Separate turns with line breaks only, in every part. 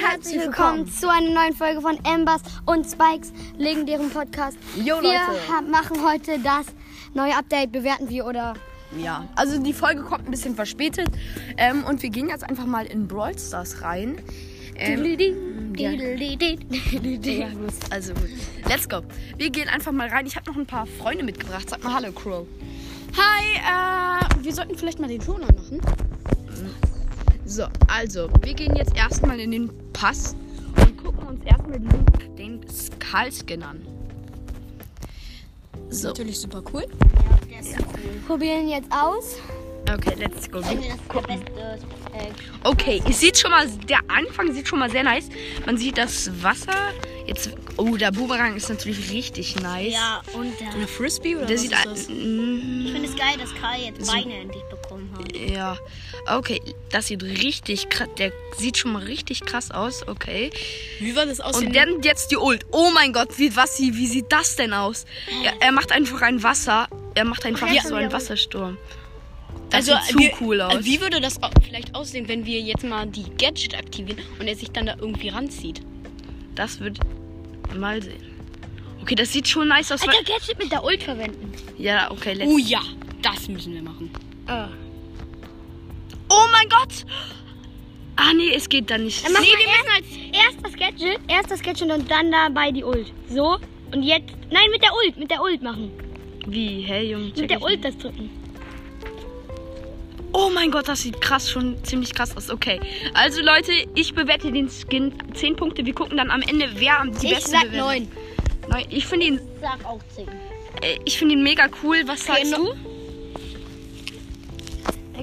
herzlich willkommen zu einer neuen Folge von Embers und Spikes legendären Podcast.
Jo,
wir
Leute.
ha- machen heute das neue Update, bewerten wir oder
Ja, also die Folge kommt ein bisschen verspätet. Ähm, und wir gehen jetzt einfach mal in Brawl Stars rein. Ähm, ja. ja, gut. also gut. Let's go. Wir gehen einfach mal rein. Ich habe noch ein paar Freunde mitgebracht. Sag mal Hallo, Crow.
Hi, äh, wir sollten vielleicht mal den Ton anmachen.
So, also, wir gehen jetzt erstmal in den Pass und gucken uns erstmal diesen, den Skull-Skin an. So,
Natürlich super cool.
probieren jetzt aus.
okay, let's go. Wir gucken.
beste
äh,
Okay, es sieht schon mal, der Anfang sieht schon mal sehr nice. Man sieht das Wasser. Jetzt, oh, der Boomerang ist natürlich richtig nice.
und äh,
Eine Frisbee oder
Der
was
sieht
ist
an.
ich
das?
mm,
finde es geil, dass Karl jetzt Beine endlich bekommen hat.
Ja, okay, das sieht richtig krass, der sieht schon mal richtig krass aus, okay.
Wie war das aus?
Und dann jetzt die Ult. Oh mein Gott, wie, was, sie- wie sieht das denn aus? Er, er macht einfach ein Wasser, er macht einfach
Ja.
so einen Wassersturm. Das sieht zu cool aus.
Also, Äh, Wie würde das au- vielleicht aussehen, wenn wir jetzt mal die Gadget aktivieren und er sich dann da irgendwie ranzieht?
Das wird mal sehen. Okay, das sieht schon nice aus.
Alter, Gadget mit der Ult verwenden.
Ja, okay, let's
Oh ja, das müssen wir machen.
Oh mein Gott! Ah nee, es geht da nicht.
Äh,
Dann nee, wir müssen als erst das Gadget,
Erst das Gadget und
dann dabei die Ult. So und jetzt nein, mit der Ult, mit der Ult machen.
Wie? Hey Junge. check
Mit der
ich
Ult
nicht.
das drücken.
Oh mein Gott, das sieht krass schon ziemlich krass aus. Okay. Also Leute, ich bewerte den Skin 10 Punkte. Wir gucken dann am Ende, wer am die
Ich
besten
sag
bewertet.
neun.
Neun. Ich finde ihn
Sag auch 10.
äh, ich finde ihn mega cool. Was sagst
no-
du?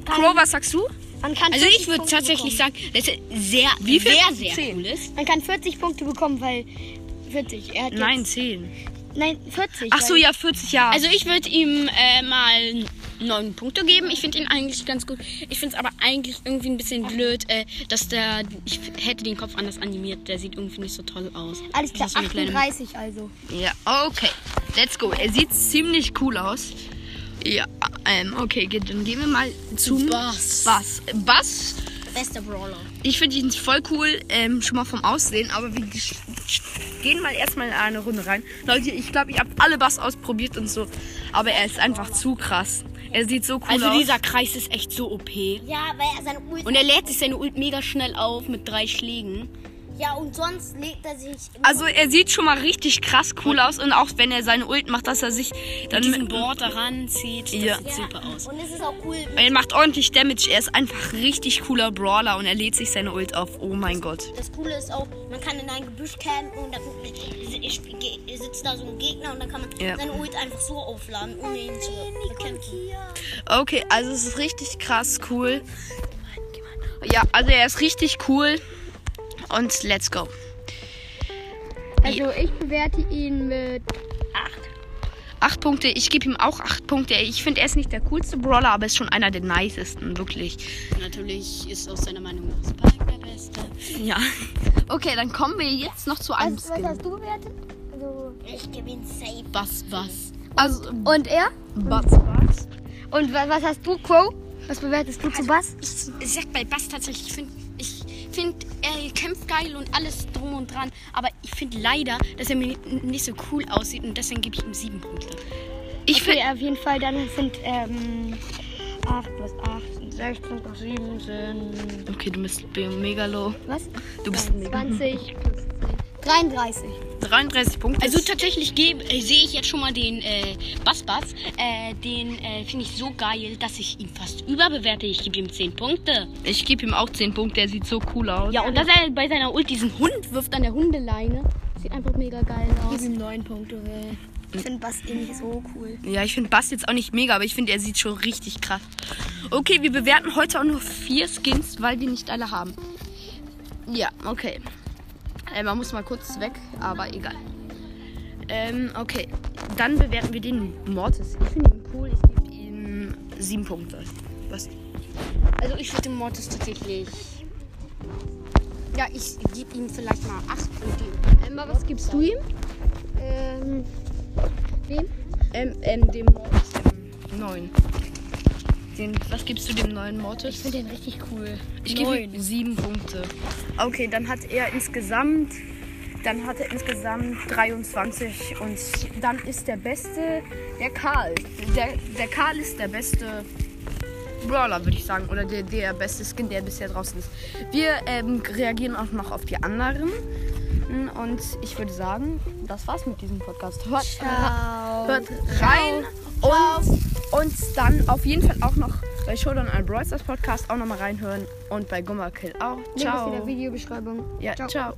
Crow, was sagst du?
man kann
Also
40
ich würde
Punkte
tatsächlich sagen, dass er sehr,
Wie viel?
sehr, sehr
Zehn.
cool
bekommen.
ist.
man kann 40 Punkte bekommen, weil 40. Er hat
Nein,
Jetzt,
10.
nein, 40.
Ach so,
weil-
ja, 40 Jahre.
Also ich würde ihm äh, mal neun Punkte geben. Ich finde ihn eigentlich ganz gut. Ich finde es aber eigentlich irgendwie ein bisschen blöd, äh, dass der... Ich f- hätte den Kopf anders animiert. Der sieht irgendwie nicht so toll aus.
alles klar,
Das ist so eine kleine-
38 also.
Ja, okay. Let's go. Er sieht ziemlich cool aus. Ja, ähm, okay, ge- dann gehen wir mal zum
Bass.
Bass. Bass
Bester Brawler.
Ich finde ihn voll cool, ähm, schon mal vom Aussehen, aber wir sch- sch- gehen mal erstmal in eine Runde rein. Leute, ich glaube, ich habe alle Bass ausprobiert und so, aber er ist einfach zu krass. Er sieht so cool
Also
aus.
dieser Kreis ist echt so OP.
Ja, weil er seine Ult
Und er lädt sich seine Ult mega schnell auf mit drei Schlägen.
Ja, und sonst legt er sich immer
also er sieht schon mal richtig krass cool aus und auch wenn er seine Ult macht, dass er sich dann
Diesen Board daran zieht. Das
Ja.
sieht super aus.
und es ist auch cool.
er macht ordentlich Damage, er ist einfach richtig cooler Brawler und er lädt sich seine Ult auf. Oh mein Gott.
Das coole ist auch, man kann in ein Gebüsch campen und da guckt- ich- ich- sitzt da so ein Gegner und dann kann man
Ja.
seine Ult einfach so aufladen, ohne ihn zu bekämpfen.
Okay, also es ist richtig krass cool. Ja, also er ist richtig cool und let's go.
Also ich bewerte ihn mit
Acht Punkte, ich gebe ihm auch acht Punkte. Ich finde, er ist nicht der coolste Brawler, aber ist schon einer der nicesten, wirklich.
Natürlich ist aus seiner Meinung nach Spike der Beste.
Ja. Okay, dann kommen wir jetzt noch zu einem
was, was
Skin.
hast du bewertet? Also,
Ich gebe ihn safe.
Was, was?
Also,
und er?
Bats, Bats.
Und was, was hast du, Crow? Was bewertest du zu Bass?
Ich, ich sag bei Bass tatsächlich, ich finde, ich find, er kämpft geil und alles drum und dran. Aber ich finde leider, dass er mir nicht so cool aussieht und deswegen gebe ich ihm sieben Punkte.
Ich finde,
Okay, auf jeden Fall, dann sind ähm, 8 plus 8, sind 16 plus 7 sind.
okay, du bist be- mega low.
Was?
Du bist
20 plus 10. 33.
33 Punkte.
Also tatsächlich gebe- äh, sehe ich jetzt schon mal den äh, Bass Bass. Äh, den äh, finde ich so geil, dass ich ihn fast überbewerte. Ich gebe ihm 10 Punkte.
ich gebe ihm auch 10 Punkte, er sieht so cool aus.
Ja, und dass er bei seiner Ult diesen Hund wirft an der Hundeleine, sieht einfach mega geil aus.
ihm 9 Punkte. Ich finde Bass eh nicht so cool.
Ja, ich finde Bass jetzt auch nicht mega, aber ich finde, er sieht schon richtig krass. Okay, wir bewerten heute auch nur vier Skins, weil wir nicht alle haben. Ja, okay. Äh, man muss mal kurz weg, aber egal. Ähm, okay. Dann bewerten wir den Mortis. Ich finde ihn cool. Ich gebe ihm sieben Punkte. Was?
Also ich würde dem Mortis tatsächlich... Ja, ich gebe ihm vielleicht mal 8 Punkte.
Emma, was gibst du ihm?
Ähm,
Ähm, ähm, dem Mortis ähm, neun. Den, was gibst du dem neuen Mortis? Ich finde den richtig cool. Ich gebe ihm sieben Punkte. Okay, dann hat er insgesamt, dann hat er insgesamt 23 und dann ist der beste, der Karl. Der, der Karl ist der beste Brawler, würde ich sagen. Oder der, der beste Skin, der bisher draußen ist. Wir ähm, reagieren auch noch auf die anderen. Hm, Und ich würde sagen, das war's mit diesem Podcast. Hört, hört rein und uns dann auf jeden Fall auch noch bei Showdown ein Brawl Stars Podcast auch nochmal reinhören und bei Gummerkill auch.
Link ist in
Ciao.
der Videobeschreibung.
Ja, ciao.